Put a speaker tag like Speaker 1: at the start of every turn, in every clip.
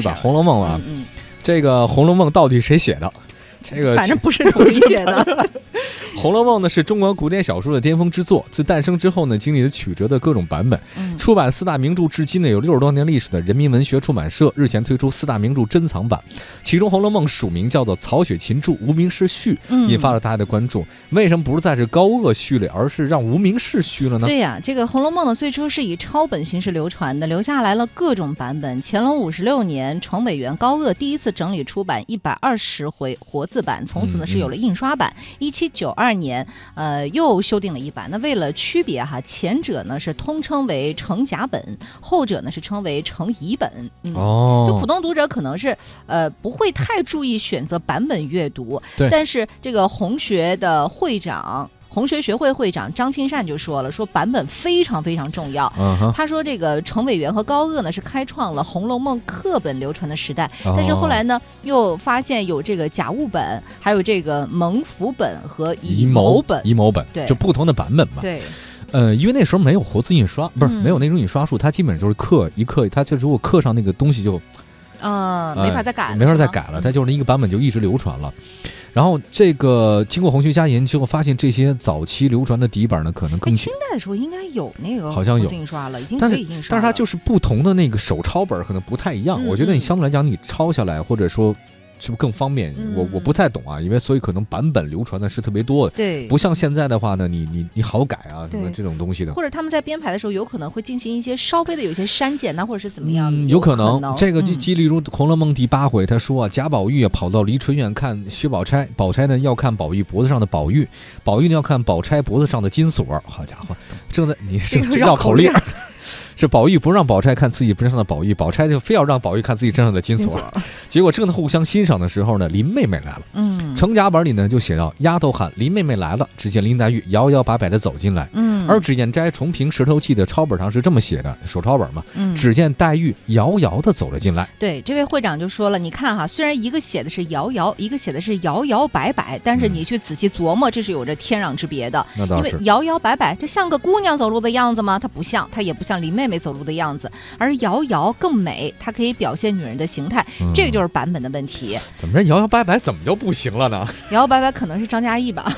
Speaker 1: 一把《红楼梦》啊，
Speaker 2: 嗯，
Speaker 1: 这个《红楼梦》到底谁写的？这个
Speaker 2: 反正不是容易写 的，
Speaker 1: 《红楼梦》呢是中国古典小说的巅峰之作，自诞生之后呢，经历了曲折的各种版本。
Speaker 2: 嗯
Speaker 1: 出版四大名著至今呢有六十多年历史的人民文学出版社日前推出四大名著珍藏版，其中《红楼梦》署名叫做《曹雪芹著无名氏序》，
Speaker 2: 嗯
Speaker 1: 引发了大家的关注。为什么不是再是高鹗序列，而是让无名氏续 了呢？
Speaker 2: 对呀、这个《红楼梦》呢，最初是以抄本形式流传的，留下来了各种版本。乾隆五十六年，程委员高鹗第一次整理出版一百二十回活字版，从
Speaker 1: 嗯
Speaker 2: 此呢是有了印刷版。一七九二年，呃，又修订了一版。那为了区别哈，前者呢是通称为程甲本，后者呢是称为程乙本。嗯。
Speaker 1: 哦，
Speaker 2: 就普通读者可能是呃不会太注意选择版本阅读，
Speaker 1: 对
Speaker 2: 但是这个红学的会长。红学学会会长张青善就说了，说版本非常非常重要。
Speaker 1: 嗯哼，
Speaker 2: 他说，这个程委员和高鹗呢是开创了《红楼梦》课本流传的时代，
Speaker 1: 哦
Speaker 2: 但是后来呢又发现有这个甲物本，还有这个蒙福本和乙
Speaker 1: 乙
Speaker 2: 谋
Speaker 1: 谋
Speaker 2: 本。
Speaker 1: 乙谋本，
Speaker 2: 对
Speaker 1: 就不同的版本嘛。
Speaker 2: 对，
Speaker 1: 呃，因为那时候没有活字印刷，不是、
Speaker 2: 嗯
Speaker 1: 没有那种印刷术，它基本就是刻一刻，它就如果刻上那个东西就
Speaker 2: 嗯，没法再改了，
Speaker 1: 哎没法再
Speaker 2: 是吗嗯
Speaker 1: 改了，它就是一个版本就一直流传了。然后这个经过红学家研究，发现这些早期流传的底板呢，可能
Speaker 2: 哎
Speaker 1: 更
Speaker 2: 清代的时候应该有那个
Speaker 1: 好像有
Speaker 2: 活字印刷了，已经
Speaker 1: 但
Speaker 2: 可
Speaker 1: 是
Speaker 2: 以印刷
Speaker 1: 但是它
Speaker 2: 了
Speaker 1: 就是不同的那个手抄本儿可能不太一样。
Speaker 2: 嗯
Speaker 1: 我觉得你
Speaker 2: 嗯
Speaker 1: 相对来讲，你抄下来或者说是不是更方便？我我不
Speaker 2: 嗯
Speaker 1: 太懂啊，因为所以可能版本流传的是特别多的，
Speaker 2: 对
Speaker 1: 不像现在的话呢，你你你好改啊什么
Speaker 2: 对
Speaker 1: 这种东西的。
Speaker 2: 或者他们在编排的时候，有可能会进行一些稍微的有一些删减呐，或者是怎么样的，
Speaker 1: 嗯，
Speaker 2: 有
Speaker 1: 有可能这个就
Speaker 2: 嗯
Speaker 1: 即例如《红楼梦》第八回，他说啊，贾宝玉啊跑到离春院看薛宝钗，宝钗呢要看宝玉脖子上的宝玉，宝玉呢要看宝钗脖子上的金锁。好家伙，正在你是
Speaker 2: 嗯 这个
Speaker 1: 这
Speaker 2: 绕
Speaker 1: 绕
Speaker 2: 口
Speaker 1: 口令
Speaker 2: 令
Speaker 1: 儿， 是宝玉不让宝钗看自己身上的宝玉，宝钗就非要让宝玉看自己身上的金
Speaker 2: 金
Speaker 1: 锁。结果正在互相欣赏的时候呢，林妹妹来了。
Speaker 2: 嗯
Speaker 1: 程甲本里呢就写到，丫头喊林妹妹来了，只见林黛玉摇摇摆摆的走进来。
Speaker 2: 嗯，
Speaker 1: 而只见摘重平石头记的抄本上是这么写的，手抄本嘛，
Speaker 2: 嗯
Speaker 1: 只见黛玉遥遥地走了进来。
Speaker 2: 对这位会长就说了，你看哈，虽然一个写的是摇摇，一个写的是摇摇摆摆，但是
Speaker 1: 嗯
Speaker 2: 你去仔细琢磨，这是有着天壤之别的。
Speaker 1: 那
Speaker 2: 因
Speaker 1: 倒
Speaker 2: 为
Speaker 1: 是，
Speaker 2: 摇摇摆摆，这像个姑娘走路的样子吗？它不像，它也不像林妹妹走路的样子。而摇摇更美，它可以表现女人的形态，这个就是版本的问 题。
Speaker 1: 嗯怎么着摇摇摆摆怎么就不行了 呢？
Speaker 2: 摇摇摆摆可能是张嘉译吧。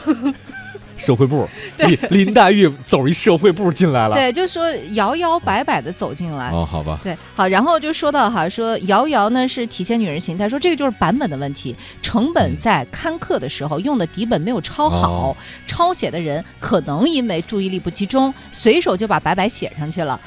Speaker 1: 社会部， 林林黛玉走一社会部进来了。
Speaker 2: 对，就说摇摇摆摆的走进来。
Speaker 1: 哦，好吧，
Speaker 2: 对，好，然后就说到哈，说瑶瑶呢是体现女人形态，说这个就是版本的问题，成本在刊刻的时候用的底本没有抄好，
Speaker 1: 嗯哦
Speaker 2: 抄写的人可能因为注意力不集中，随手就把白白写上去了。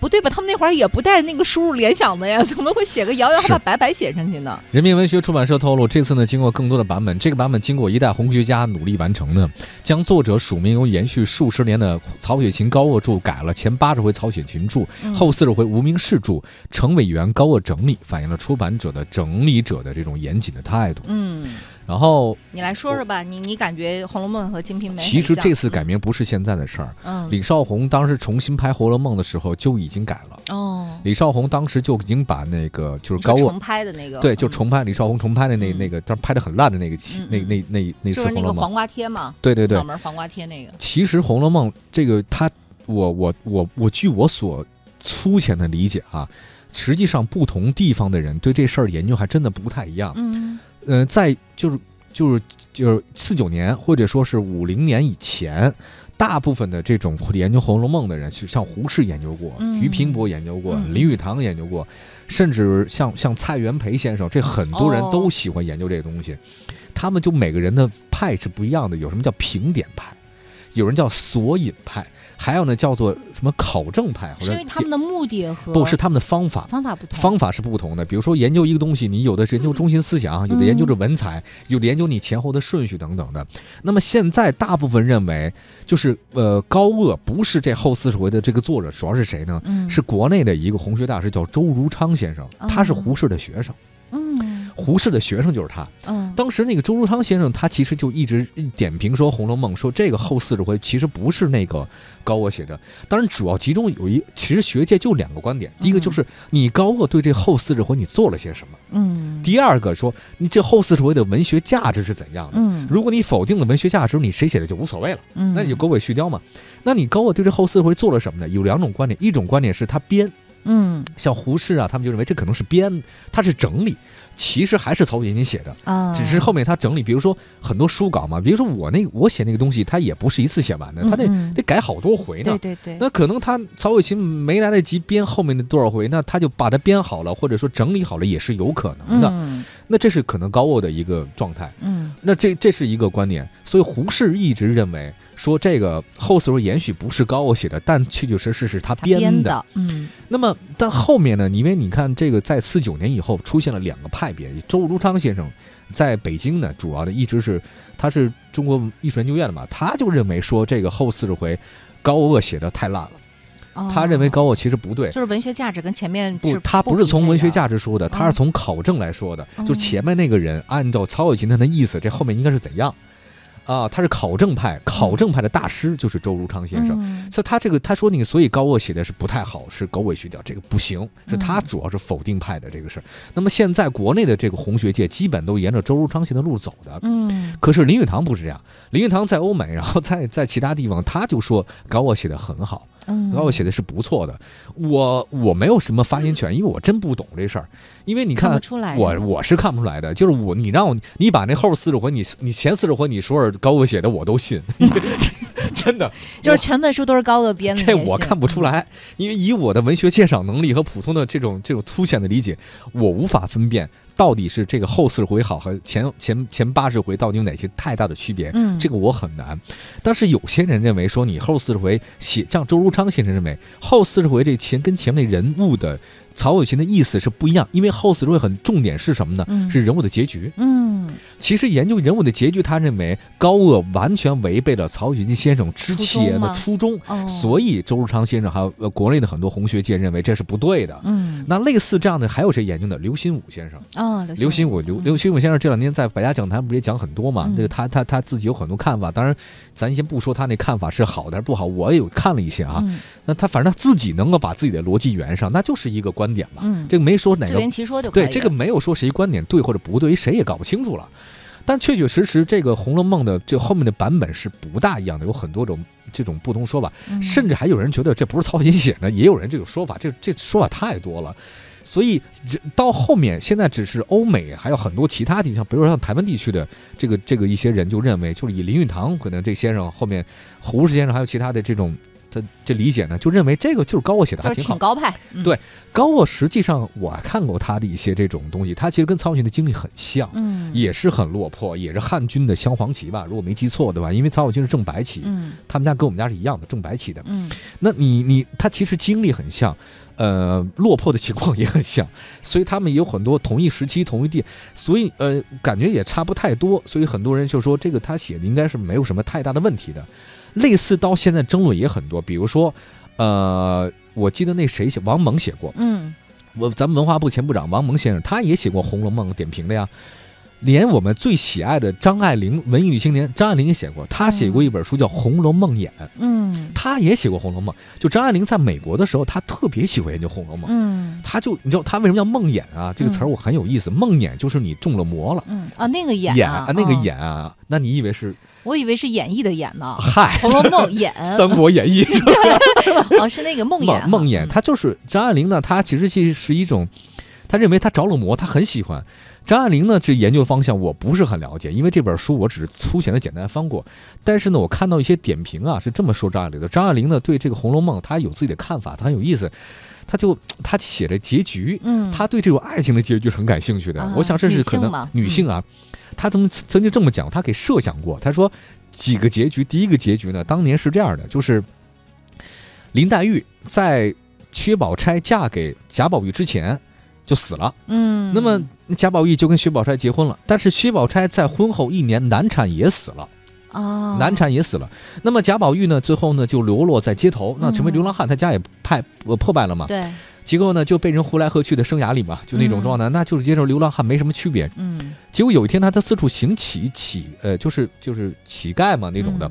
Speaker 2: 不对吧？他们那会儿也不带那个输入联想的呀，怎么会写个瑶瑶还
Speaker 1: 是
Speaker 2: 把白白写上去呢？
Speaker 1: 人民文学出版社透露，这次呢，经过更多的版本，这个版本经过一代红学家努力完成呢，将作者署名由延续数十年的曹雪芹高鹗著改了前八十回曹雪芹著，
Speaker 2: 嗯
Speaker 1: 后四十回无名氏著，程委员高鹗整理，反映了出版者的整理者的这种严谨的态度。
Speaker 2: 嗯，
Speaker 1: 然后，
Speaker 2: 你来说说吧，你你感觉《红楼梦》和《金瓶梅》
Speaker 1: 其实
Speaker 2: 很像
Speaker 1: 这次改名不是现在的事儿，
Speaker 2: 嗯
Speaker 1: 李少红当时重新拍《红楼梦》的时候就已经改了。
Speaker 2: 哦，
Speaker 1: 李少红当时就已经把那个就是
Speaker 2: 你说
Speaker 1: 高鹗
Speaker 2: 重拍的那个
Speaker 1: 对，就
Speaker 2: 嗯
Speaker 1: 重拍李少红重拍的那
Speaker 2: 嗯
Speaker 1: 那个，当时拍的很烂的那个期
Speaker 2: 嗯
Speaker 1: 那
Speaker 2: 嗯
Speaker 1: 那那那
Speaker 2: 就
Speaker 1: 次《
Speaker 2: 是那
Speaker 1: 红
Speaker 2: 个
Speaker 1: 楼梦
Speaker 2: 黄》，瓜贴嘛，
Speaker 1: 对对对
Speaker 2: 脑。门儿黄瓜贴那个。
Speaker 1: 其实《红楼梦》这个它，我我我我据我所粗浅的理解啊，实际上不同地方的人对这事儿研究还真的不太一样。
Speaker 2: 嗯
Speaker 1: 呃，在就是就是就是四九年或者说是五零年以前，大部分的这种研究《红楼梦》的人，是像胡适研究过，
Speaker 2: 嗯
Speaker 1: 俞平伯研究过，
Speaker 2: 嗯
Speaker 1: 林语堂研究过，甚至像像蔡元培先生，这很多人
Speaker 2: 哦
Speaker 1: 都喜欢研究这个东西。他们就每个人的派是不一样的，有什么叫评点派，有人叫索引派，还有呢叫做什么考证派，或
Speaker 2: 是
Speaker 1: 者
Speaker 2: 因为他们的目的和
Speaker 1: 不是他们的方法。
Speaker 2: 方法不同，
Speaker 1: 方法是不同的。比如说研究一个东西，你有的是研究中心思
Speaker 2: 嗯
Speaker 1: 想，有的研究着文采，有的研究你前后的顺序等等的。那么现在大部分认为，就是呃，高鹗不是这后四十回的这个作者，主要是谁呢？
Speaker 2: 嗯
Speaker 1: 是国内的一个红学大师，叫周如昌先生，他是
Speaker 2: 哦
Speaker 1: 胡适的学生，
Speaker 2: 嗯
Speaker 1: 胡适的学生就是他。
Speaker 2: 嗯
Speaker 1: 当时那个周如昌先生，他其实就一直点评说《红楼梦》，说这个后四十回其实不是那个高鹗写的。当然，主要集中有一，其实学界就两个观点：第一个就是你高鹗对这后四十回你做了些什么；
Speaker 2: 嗯
Speaker 1: 第二个说你这后四十回的文学价值是怎样的。
Speaker 2: 嗯
Speaker 1: 如果你否定了文学价值，你谁写的就无所谓了，
Speaker 2: 嗯
Speaker 1: 那你就狗尾续貂嘛。那你高鹗对这后四十回做了什么呢？有两种观点，一种观点是他编，
Speaker 2: 嗯
Speaker 1: 像胡适啊，他们就认为这可能是编，它是整理，其实还是曹雪芹写的，
Speaker 2: 啊，
Speaker 1: 只是后面他整理，比如说很多书稿嘛，比如说我那我写那个东西，他也不是一次写完的，他得
Speaker 2: 嗯嗯
Speaker 1: 得改好多回呢
Speaker 2: 对。对对，
Speaker 1: 那可能他曹雪芹没来得及编后面的多少回，那他就把它编好了，或者说整理好了，也是有可能的。
Speaker 2: 嗯
Speaker 1: 那这是可能高傲的一个状态。
Speaker 2: 嗯
Speaker 1: 那这这是一个观点，所以胡适一直认为说这个后四轮延续不是高傲写的，但确确实实是他
Speaker 2: 他编
Speaker 1: 编的。，
Speaker 2: 嗯
Speaker 1: 那么，但后面呢？因为你看，这个在四九年以后出现了两个派别。周如昌先生在北京呢，主要的一直是他是中国艺术研究院的嘛，他就认为说这个后四十回高鹗写的太烂了，
Speaker 2: 哦
Speaker 1: 他认为高鹗其实不对。
Speaker 2: 就是文学价值跟前面
Speaker 1: 不，
Speaker 2: 是
Speaker 1: 他
Speaker 2: 不
Speaker 1: 不是
Speaker 2: 匹
Speaker 1: 从
Speaker 2: 配
Speaker 1: 文学
Speaker 2: 的，
Speaker 1: 价值说的，他是
Speaker 2: 嗯
Speaker 1: 从考证来说的。就
Speaker 2: 嗯
Speaker 1: 前面那个人按照曹雪芹他的意思，这后面应该是怎样？啊，他是考证派，考证派的大师就是周如昌先生。
Speaker 2: 嗯
Speaker 1: 所以他这个他说那个，所以高鹗写的是不太好，是狗尾续貂，这个不行，是他
Speaker 2: 嗯
Speaker 1: 主要是否定派的这个事儿。那么现在国内的这个红学界基本都沿着周如昌写的路走的。
Speaker 2: 嗯
Speaker 1: 可是林语堂不是这样，林语堂在欧美，然后在在其他地方，他就说高鹗写的很好，
Speaker 2: 嗯，
Speaker 1: 高鹗写的是不错的。我我没有什么发言权，因为我真不懂这事儿。因为你
Speaker 2: 看不
Speaker 1: 看，
Speaker 2: 出来
Speaker 1: 我
Speaker 2: 是吧
Speaker 1: 我是看不出来的，就是我你让我你把那后四十回，你你前四十回你说是高鹗写的，我都 信， 真的。
Speaker 2: 就
Speaker 1: 我
Speaker 2: 是全本书都是高鹗编的，嗯
Speaker 1: 这我看不出。来，因为以我的文学鉴赏能力和普通的这种这种粗浅的理解，我无法分辨到底是这个后四十回好和前前前八十回到底有哪些太大的区别。
Speaker 2: 嗯，
Speaker 1: 这个我很难，但是有些人认为说你后四十回写，像周如昌先生认为后四十回这前跟前面的人物的曹雪芹的意思是不一样，因为后四十回很重点是什么呢？
Speaker 2: 嗯
Speaker 1: 是人物的结局。
Speaker 2: 嗯，
Speaker 1: 其实研究人物的结局，他认为高鹗完全违背了曹雪芹先生之
Speaker 2: 初衷
Speaker 1: 前的
Speaker 2: 吗
Speaker 1: 初衷。
Speaker 2: 哦，
Speaker 1: 所以周如昌先生还有呃国内的很多红学界认为这是不对的。
Speaker 2: 嗯，
Speaker 1: 那类似这样的还有谁研究呢？刘心武先生，
Speaker 2: 哦，
Speaker 1: 刘心
Speaker 2: 心
Speaker 1: 武，刘
Speaker 2: 嗯
Speaker 1: 刘心武先生这两天在百家讲坛不是也讲很多嘛？
Speaker 2: 嗯
Speaker 1: 这个他他他自己有很多看法，当然咱先不说他那看法是好的还是不好，我也有看了一些啊。
Speaker 2: 嗯
Speaker 1: 那他反正他自己能够把自己的逻辑圆上，那就是一个观点嘛。
Speaker 2: 嗯，
Speaker 1: 这个没说哪
Speaker 2: 自
Speaker 1: 个
Speaker 2: 圆其说就可
Speaker 1: 对
Speaker 2: 以了。
Speaker 1: 这个没有说谁观点对或者不对，谁也搞不清楚了。但确确实实，这个《红楼梦》的这后面的版本是不大一样的，有很多种这种不同说法。
Speaker 2: 嗯
Speaker 1: 甚至还有人觉得这不是曹雪芹写的，也有人这种说法，这这说法太多了。所以这到后面，现在只是欧美，还有很多其他地方，比如说像台湾地区的这个这个一些人就认为，就是以林语堂可能这先生后面胡适先生还有其他的这种这这理解呢，就认为这个就是高鹗写的
Speaker 2: 就
Speaker 1: 还
Speaker 2: 是
Speaker 1: 挺好
Speaker 2: 挺。高派，嗯
Speaker 1: 对高鹗实际上我看过他的一些这种东西，他其实跟曹雪芹的经历很像。
Speaker 2: 嗯，
Speaker 1: 也是很落魄，也是汉军的镶黄旗吧，如果没记错对吧？因为曹雪芹是正白旗，
Speaker 2: 嗯
Speaker 1: 他们家跟我们家是一样的正白旗的。
Speaker 2: 嗯
Speaker 1: 那你你他其实经历很像，呃，落魄的情况也很像， 所以他们也有很多同一时期、同一地，所以呃，感觉也差不太多，所以很多人就说这个他写的应该是没有什么太大的问题的。类似到现在争论也很多，比如说，呃，我记得那谁写王蒙写过，
Speaker 2: 嗯，
Speaker 1: 我咱们文化部前部长王蒙先生，他也写过《红楼梦》点评的呀。连我们最喜爱的张爱玲，文艺女青年张爱玲也写过，她写过一本书叫《红楼梦演》，
Speaker 2: 嗯
Speaker 1: 他也写过《红楼梦》。就张爱玲在美国的时候，她特别喜欢研究《红楼梦》。
Speaker 2: 嗯
Speaker 1: 她就你知道她为什么叫梦魇啊？这个词儿我很有意思，梦魇就是你中了魔了。
Speaker 2: 嗯啊，那个演
Speaker 1: 眼
Speaker 2: 啊，
Speaker 1: 那个
Speaker 2: 嗯，
Speaker 1: 眼啊，那你以为是
Speaker 2: 我以为是演绎的演呢，
Speaker 1: 嗨
Speaker 2: 《红楼梦》演，
Speaker 1: 《三国演 义》是吧？
Speaker 2: 哦，是那个梦魇
Speaker 1: 梦
Speaker 2: 哈，嗯
Speaker 1: 梦魇，她就是张爱玲呢，她其实是是一种，她认为她着了魔，她很喜欢。张爱玲呢，这研究方向我不是很了解，因为这本书我只是粗浅的简单翻过。但是呢，我看到一些点评啊，是这么说张爱玲的。张爱玲呢，对这个《红楼梦》她有自己的看法，她很有意思。她就她写的结局，
Speaker 2: 嗯，嗯，
Speaker 1: 她对这种爱情的结局是很感兴趣的。
Speaker 2: 啊
Speaker 1: 我想这是可
Speaker 2: 女性
Speaker 1: 能
Speaker 2: 嘛
Speaker 1: 女性啊，她曾曾经这么讲，她给设想过，她说几个结局，第一个结局呢，当年是这样的，就是林黛玉在薛宝钗嫁给贾宝玉之前就死了，
Speaker 2: 嗯，
Speaker 1: 那么贾宝玉就跟薛宝钗结婚了，但是薛宝钗在婚后一年难产也死了。
Speaker 2: 啊，
Speaker 1: 难产也死了。那么贾宝玉呢，最后呢就流落在街头，
Speaker 2: 嗯
Speaker 1: 那成为流浪汉，他家也派呃破败了嘛。
Speaker 2: 对，
Speaker 1: 结果呢就被人呼来喝去的生涯里嘛，就那种状态，那就是街头流浪汉没什么区别。
Speaker 2: 嗯，
Speaker 1: 结果有一天他在四处行乞，乞呃就是就是乞丐嘛那种的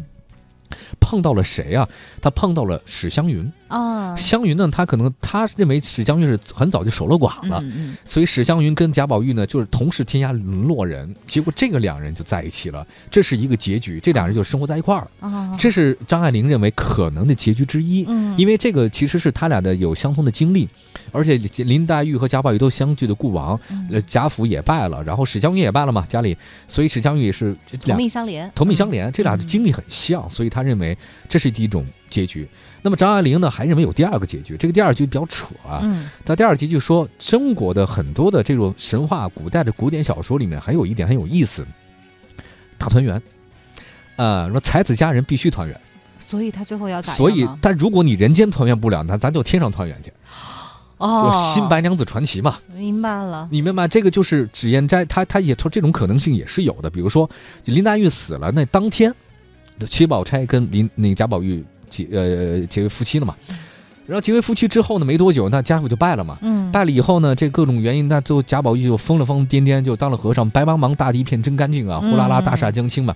Speaker 2: 嗯，
Speaker 1: 碰到了谁啊？他碰到了史湘云。
Speaker 2: 啊，
Speaker 1: 湘云呢，他可能他认为史湘云是很早就守了寡了，
Speaker 2: 嗯
Speaker 1: 所以史湘云跟贾宝玉呢就是同是天下沦落人。结果这个两人就在一起了，这是一个结局，这两人就生活在一块儿了。
Speaker 2: 嗯啊，
Speaker 1: 这是张爱玲认为可能的结局之一。
Speaker 2: 嗯，
Speaker 1: 因
Speaker 2: 为
Speaker 1: 为这个其实是他俩的有相通的经历，而且林黛玉和贾宝玉都相继的故亡，呃，贾府也败了，然后史湘云也败了嘛，家里，所以史湘云也是这
Speaker 2: 同
Speaker 1: 俩
Speaker 2: 命相连，
Speaker 1: 同命相连，这俩的
Speaker 2: 嗯
Speaker 1: 经历很像，所以他认为这是第一种结局。那么张爱玲呢，还认为有第二个结局，这个第二结局比较扯啊。
Speaker 2: 嗯，
Speaker 1: 他第二结局说，中国的很多的这种神话、古代的古典小说里面，还有一点很有意思，大团圆。呃，说才子佳人必须团圆。
Speaker 2: 嗯所以他最后要咋样
Speaker 1: 所以
Speaker 2: 呢，
Speaker 1: 但如果你人间团圆不了，那咱就天上团圆去，就
Speaker 2: 哦，
Speaker 1: 新白娘子传奇嘛。
Speaker 2: 明白了，
Speaker 1: 你明白这个就是脂砚斋，他他也说这种可能性也是有的。比如说林黛玉死了，那当天薛宝钗跟林那个贾宝玉结呃结为夫妻了嘛。然后结为夫妻之后呢，没多久那贾府就败了嘛。
Speaker 2: 嗯，
Speaker 1: 败了以后呢，这各种原因，那最后贾宝玉就疯了疯癫癫，就当了和尚，白茫茫大地一片真干净啊，
Speaker 2: 嗯
Speaker 1: 呼啦啦大厦将倾嘛。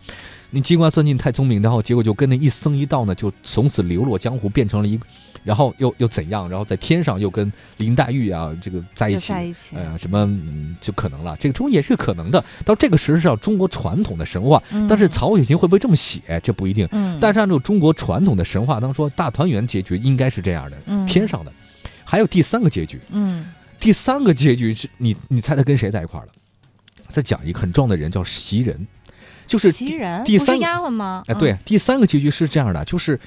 Speaker 1: 你机关算尽太聪明，然后结果就跟那一僧一道呢，就从此流落江湖，变成了一个，然后又又怎样？然后在天上又跟林黛玉啊这个在一
Speaker 2: 就
Speaker 1: 起，
Speaker 2: 在一起，
Speaker 1: 呃，什么、嗯就可能了，这个中也是可能的。到这个时候是要中国传统的神话，但是
Speaker 2: 嗯
Speaker 1: 曹雪芹会不会这么写，这不一定。
Speaker 2: 嗯，
Speaker 1: 但是按照中国传统的神话当中，大团圆结局应该是这样的，
Speaker 2: 嗯
Speaker 1: 天，上的。还有第三个结局，
Speaker 2: 嗯
Speaker 1: 第三个结局是你，你猜他跟谁在一块儿了？再讲一个很重要的人叫袭人，就是
Speaker 2: 袭
Speaker 1: 第
Speaker 2: 人
Speaker 1: 第
Speaker 2: 不
Speaker 1: 三
Speaker 2: 是
Speaker 1: 个
Speaker 2: 丫鬟吗？
Speaker 1: 哎，
Speaker 2: 嗯
Speaker 1: 对，，第三个结局是这样的，就是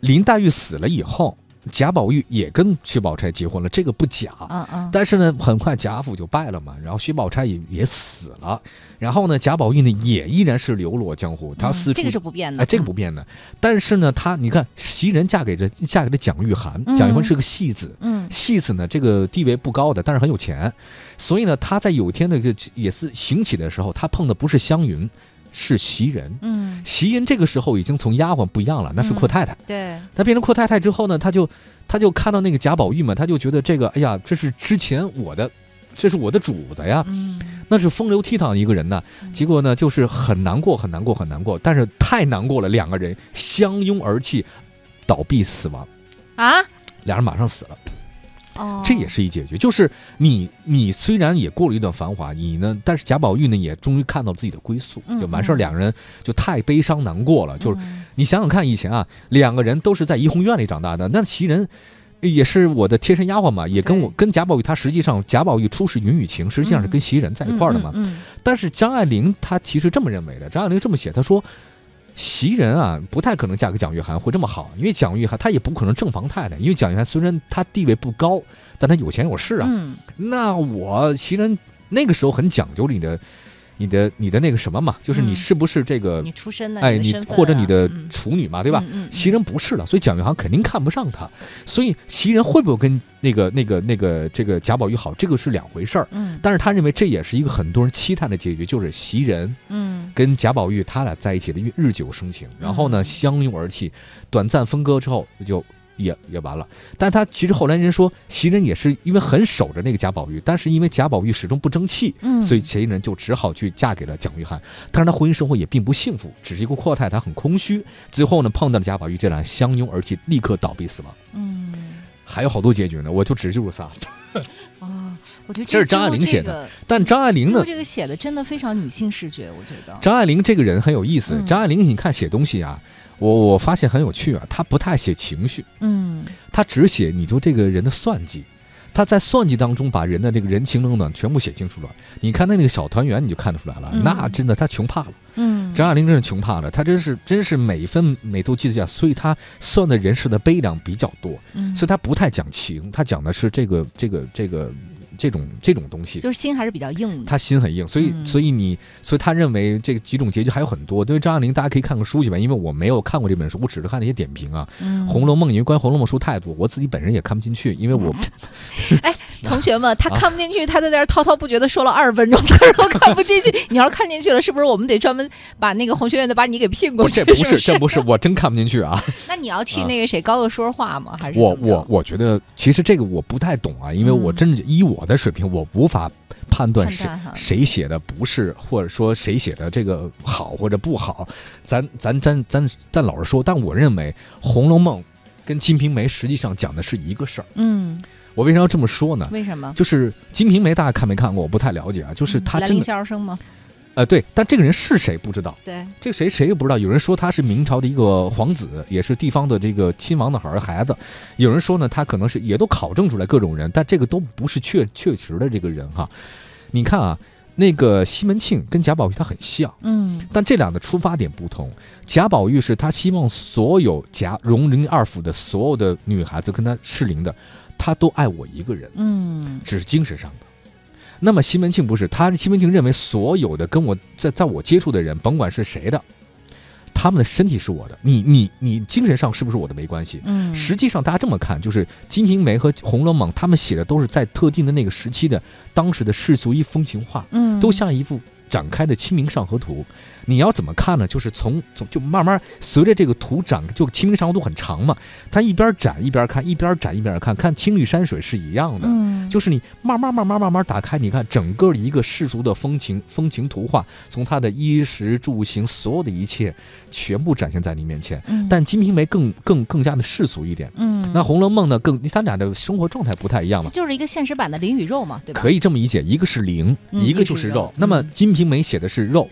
Speaker 1: 林黛玉死了以后，贾宝玉也跟薛宝钗结婚了，这个不假。
Speaker 2: 嗯嗯，
Speaker 1: 但是呢，很快贾府就败了嘛，然后薛宝钗也也死了，然后呢，贾宝玉呢也依然是流落江湖，他
Speaker 2: 嗯
Speaker 1: 四处、
Speaker 2: 这个是不变的，
Speaker 1: 哎，这个
Speaker 2: 嗯
Speaker 1: 不变的。但是呢，他你看，袭人嫁给这嫁给了蒋玉菡，蒋玉菡是个戏子，
Speaker 2: 嗯
Speaker 1: 戏子呢，这个地位不高的，但是很有钱，所以呢，他在有一天的这个也是行乞的时候，他碰的不是湘云，是袭人。
Speaker 2: 嗯，
Speaker 1: 袭人这个时候已经从丫鬟不一样了，那是阔太太。
Speaker 2: 对，
Speaker 1: 她变成阔太太之后呢，她就她就看到那个贾宝玉嘛，她就觉得这个，哎呀，这是之前我的，这是我的主子呀，
Speaker 2: 嗯
Speaker 1: 那是风流倜傥的一个人呐。结果呢，就是很难过，很难过，很难过，但是太难过了，两个人相拥而泣，倒地死亡，
Speaker 2: 啊，
Speaker 1: 俩人马上死了。
Speaker 2: 哦，
Speaker 1: 这也是一解决，就是你你虽然也过了一段繁华，你呢，但是贾宝玉呢也终于看到自己的归宿，
Speaker 2: 嗯
Speaker 1: 就完事儿。
Speaker 2: 嗯
Speaker 1: 两个人就太悲伤难过了，就是
Speaker 2: 嗯
Speaker 1: 你想想看，以前啊，两个人都是在怡红院里长大的，那袭人。也是我的贴身丫鬟嘛，也跟我
Speaker 2: 对
Speaker 1: 跟贾宝玉，他实际上贾宝玉出使云雨情，实际上是跟袭人在一块儿的嘛。
Speaker 2: 嗯，
Speaker 1: 但是张爱玲她其实这么认为的，张爱玲这么写，她说袭人啊不太可能嫁给蒋玉菡会这么好，因为蒋玉菡她也不可能正房太太，因为蒋玉菡虽然她地位不高，但她有钱有势啊。
Speaker 2: 嗯
Speaker 1: 那我袭人那个时候很讲究你的、你的、你的那个什么嘛，就是你
Speaker 2: 嗯
Speaker 1: 是不是这
Speaker 2: 嗯
Speaker 1: 个、
Speaker 2: 你出身呢？
Speaker 1: 哎，
Speaker 2: 的
Speaker 1: 你
Speaker 2: 身份
Speaker 1: 或者
Speaker 2: 啊
Speaker 1: 你的
Speaker 2: 嗯
Speaker 1: 处女嘛，对吧？
Speaker 2: 嗯嗯
Speaker 1: 袭人不是了，所以蒋玉菡肯定看不上他，所以袭人会不会跟那个、那个、那个这个贾宝玉好，这个是两回事儿。
Speaker 2: 嗯
Speaker 1: 但是他认为这也是一个很多人期待的结局，就是袭人
Speaker 2: 嗯
Speaker 1: 跟贾宝玉他俩在一起了，因为日久生情，然后呢
Speaker 2: 嗯
Speaker 1: 相拥而泣，短暂分割之后就也也完了。但他其实后来人说，袭人也是因为很守着那个贾宝玉，但是因为贾宝玉始终不争气，
Speaker 2: 嗯，
Speaker 1: 所以袭人就只好去嫁给了蒋玉菡。但是她婚姻生活也并不幸福，只是一个阔太太，很空虚。最后呢碰到了贾宝玉，这俩人相拥而泣，立刻倒地死亡。
Speaker 2: 嗯
Speaker 1: 还有好多结局呢，我就只记住仨。
Speaker 2: 啊，我觉得
Speaker 1: 这是张爱玲写的
Speaker 2: 的。
Speaker 1: 但张爱
Speaker 2: 最
Speaker 1: 玲
Speaker 2: 后
Speaker 1: 呢？
Speaker 2: 这个写的真的非常女性视觉，我觉得。
Speaker 1: 张爱玲这个人很有意思。
Speaker 2: 嗯
Speaker 1: 张爱玲，你看写东西啊，我我发现很有趣啊，她不太写情绪，
Speaker 2: 嗯
Speaker 1: 她只写你就这个人的算计。她在算计当中把人的这个人情冷暖全部写清楚了。你看她那个小团圆，你就看得出来了，
Speaker 2: 嗯
Speaker 1: 那真的她穷怕了。
Speaker 2: 嗯，
Speaker 1: 张爱玲真是穷怕了，她真是真是每一分每都记得下，所以她算的人世的悲凉比较多，
Speaker 2: 嗯
Speaker 1: 所以她不太讲情，她讲的是这个这个这个这种这种东西。
Speaker 2: 就是心还是比较硬的。
Speaker 1: 他心很硬，所以
Speaker 2: 嗯
Speaker 1: 所以你，所以他认为这几种结局还有很多。对于张爱玲，大家可以看个书去吧，因为我没有看过这本书，我只是看了一些点评啊。《
Speaker 2: 嗯
Speaker 1: 红楼梦》因为关于《红楼梦》书太多，我自己本人也看不进去，因为我
Speaker 2: 同学们，他
Speaker 1: 啊
Speaker 2: 看不进去，他在那儿滔滔不绝的说了二十分钟，他说看不进去。你要是看进去了，是不是我们得专门把那个红学院的把你给聘过
Speaker 1: 不
Speaker 2: 去？
Speaker 1: 这不是
Speaker 2: 是
Speaker 1: 这不是，我真看不进去啊。
Speaker 2: 那你要替
Speaker 1: 啊
Speaker 2: 那个谁高鹗说话吗？还是
Speaker 1: 我
Speaker 2: 怎么着
Speaker 1: 我我觉得其实这个我不太懂啊，因为我
Speaker 2: 嗯
Speaker 1: 真的以我的水平，我无法判断
Speaker 2: 判
Speaker 1: 谁
Speaker 2: 断哈
Speaker 1: 谁写的不是，或者说谁写的这个好或者不好，咱咱咱咱咱老实说，但我认为《红楼梦》跟《金瓶梅》实际上讲的是一个事儿。
Speaker 2: 嗯，
Speaker 1: 我为啥要这么说呢？
Speaker 2: 为什么？
Speaker 1: 就是《金瓶梅》，大家看没看过？我不太了解啊。就是他
Speaker 2: 兰
Speaker 1: 真
Speaker 2: 陵
Speaker 1: 的，
Speaker 2: 笑笑生吗？
Speaker 1: 呃，对，但这个人是谁不知道，
Speaker 2: 对，
Speaker 1: 这个谁谁也不知道。有人说他是明朝的一个皇子，也是地方的这个亲王的孩孩子；有人说呢，他可能是也都考证出来各种人，但这个都不是确确实的这个人哈。你看啊，那个西门庆跟贾宝玉他很像，
Speaker 2: 嗯
Speaker 1: 但这俩的出发点不同。贾宝玉是他希望所有贾荣宁二府的所有的女孩子跟他适龄的，他都爱我一个人。
Speaker 2: 嗯
Speaker 1: 只是精神上的。那么西门庆不是，他西门庆认为所有的跟我在在我接触的人，甭管是谁的，他们的身体是我的，你你你精神上是不是我的没关系。
Speaker 2: 嗯，
Speaker 1: 实际上，大家这么看，就是《金瓶梅》和《红楼梦》，他们写的都是在特定的那个时期的当时的世俗一风情画，
Speaker 2: 嗯
Speaker 1: 都像一幅展开的《清明上河图》。你要怎么看呢？就是从从就慢慢随着这个图展，就《清明上河图》很长嘛，它一边展一边看，一边展一边看，看青绿山水是一样的。
Speaker 2: 嗯
Speaker 1: 就是你慢慢慢慢慢慢打开，你看整个一个世俗的风情风情图画，从他的衣食住行所有的一切，全部展现在你面前。
Speaker 2: 嗯
Speaker 1: 但《金瓶梅更》更更加的世俗一点，
Speaker 2: 嗯
Speaker 1: 那《红楼梦》呢，更它俩的生活状态不太一样
Speaker 2: 这
Speaker 1: 嘛。
Speaker 2: 就是一个现实版的林与肉嘛，对吧？
Speaker 1: 可以这么理解，一个是灵，
Speaker 2: 嗯
Speaker 1: 一个
Speaker 2: 一个
Speaker 1: 就是是
Speaker 2: 肉
Speaker 1: 肉。那么
Speaker 2: 嗯
Speaker 1: 《金瓶梅》写的是肉，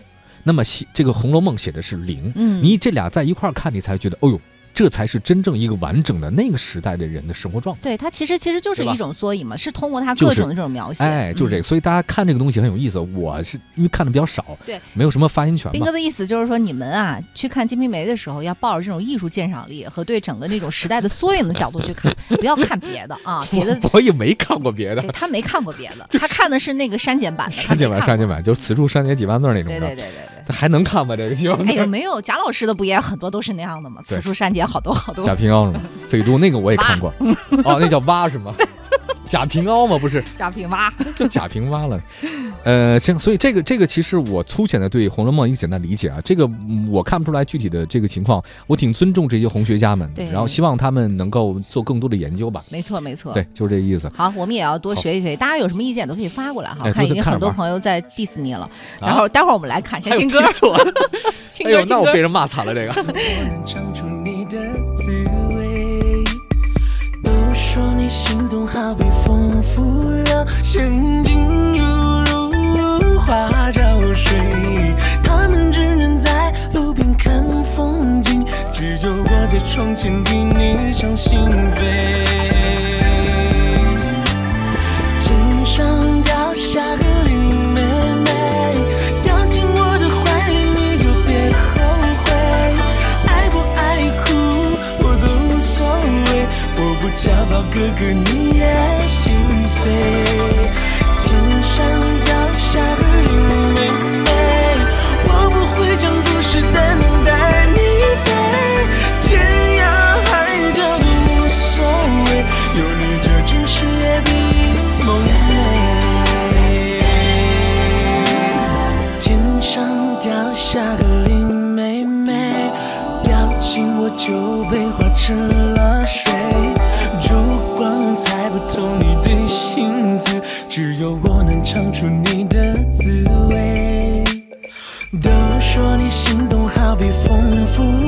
Speaker 1: 那么西这个《红楼梦》写的是灵。
Speaker 2: 嗯，
Speaker 1: 你这俩在一块儿看，你才觉得，哦呦，这才是真正一个完整的那个时代的人的生活状态。
Speaker 2: 对它其实其实就是
Speaker 1: 对吧
Speaker 2: 一种缩影嘛，是通过它
Speaker 1: 就
Speaker 2: 各
Speaker 1: 是
Speaker 2: 种的这种描写，
Speaker 1: 哎，就是这
Speaker 2: 嗯
Speaker 1: 个，所以大家看这个东西很有意思。我是因为看的比较少，
Speaker 2: 对，
Speaker 1: 没有什么发言权
Speaker 2: 斌
Speaker 1: 嘛
Speaker 2: 哥。的意思就是说，你们啊去看《金瓶梅》的时候，要抱着这种艺术鉴赏力和对整个那种时代的缩影的角度 去看，不要看别的啊，别的。
Speaker 1: 我也没看过别
Speaker 2: 对
Speaker 1: 的，
Speaker 2: 他没看过别的，
Speaker 1: 就是
Speaker 2: 他看的是那个删减版的。
Speaker 1: 删减版、
Speaker 2: 他没
Speaker 1: 删
Speaker 2: 看过
Speaker 1: 减版，就是此处删减几万字那种
Speaker 2: 对
Speaker 1: 的。
Speaker 2: 对对对对。
Speaker 1: 这还能看吗？这个地方？
Speaker 2: 哎呦，没有，贾老师的不也很多都是那样的吗？
Speaker 1: 对
Speaker 2: 此处删减好多好多
Speaker 1: 贾。平凹是吗？匪都那个我也看过， 哦，那叫蛙是吗？贾平凹吗？不是，
Speaker 2: 贾平凹，
Speaker 1: 就贾平凹了。呃，行，所以这个这个其实我粗浅的对《红楼梦》一个简单理解啊，这个嗯我看不出来具体的这个情况，我挺尊重这些红学家们的，
Speaker 2: 对
Speaker 1: 然后希望他们能够做更多的研究吧。
Speaker 2: 没错没错。
Speaker 1: 对，就是这个意思。
Speaker 2: 好，我们也要多
Speaker 1: 好
Speaker 2: 学一学，大家有什么意见都可以发过来哈。
Speaker 1: 哎
Speaker 2: 看已
Speaker 1: 多
Speaker 2: 经
Speaker 1: 看
Speaker 2: 很多
Speaker 1: 玩儿
Speaker 2: 朋友在 diss 你了，
Speaker 1: 啊
Speaker 2: 待会儿待会儿我们来看，先
Speaker 1: 还有
Speaker 2: 听歌，
Speaker 1: 错了，
Speaker 2: 听
Speaker 1: 哎呦
Speaker 2: 歌，，听
Speaker 1: 那我
Speaker 2: 歌
Speaker 1: 被。人骂惨了，这个。
Speaker 3: 我能尝出你的滋味。都说你心动好比风拂柳，陷进入花照水。他们只能在路边看风景，只有我在窗前替你唱心扉。天上掉下个林妹妹，掉进我的怀里，你就别后悔。爱不爱哭我都无所谓，我不家暴哥哥你也心碎。天上掉下个林妹妹，我不会讲故事，但能带你飞。天涯海角都无所谓，有你这城市也比梦美。天上掉下个林妹妹，掉进我就被化成了水。烛光猜不透你的心思，只有我能尝出你的滋味。都说你心动好比风拂